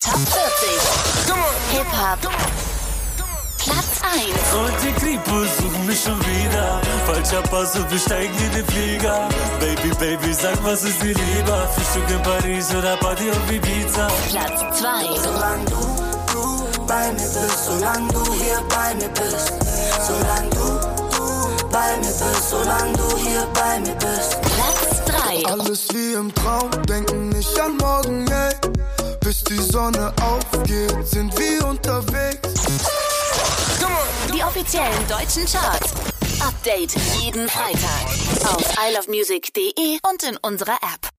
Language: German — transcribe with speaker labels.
Speaker 1: Top 40. Hip-Hop. Platz 1.
Speaker 2: Und die Creeper suchen mich schon wieder. Falscher Pass und wir steigen in den Flieger. Baby, Baby, sag, was ist dir lieber? Frühstück in Paris oder Party auf Ibiza?
Speaker 1: Platz 2.
Speaker 3: Solange du, du bei mir bist, solange du hier bei mir bist, solange du, du bei mir bist, solange du hier bei mir bist.
Speaker 1: Platz 3.
Speaker 4: Alles wie im Traum, denken nicht an morgen, ey. Bis die Sonne aufgeht, sind wir unterwegs.
Speaker 1: Die offiziellen deutschen Charts. Update jeden Freitag auf isleofmusic.de und in unserer App.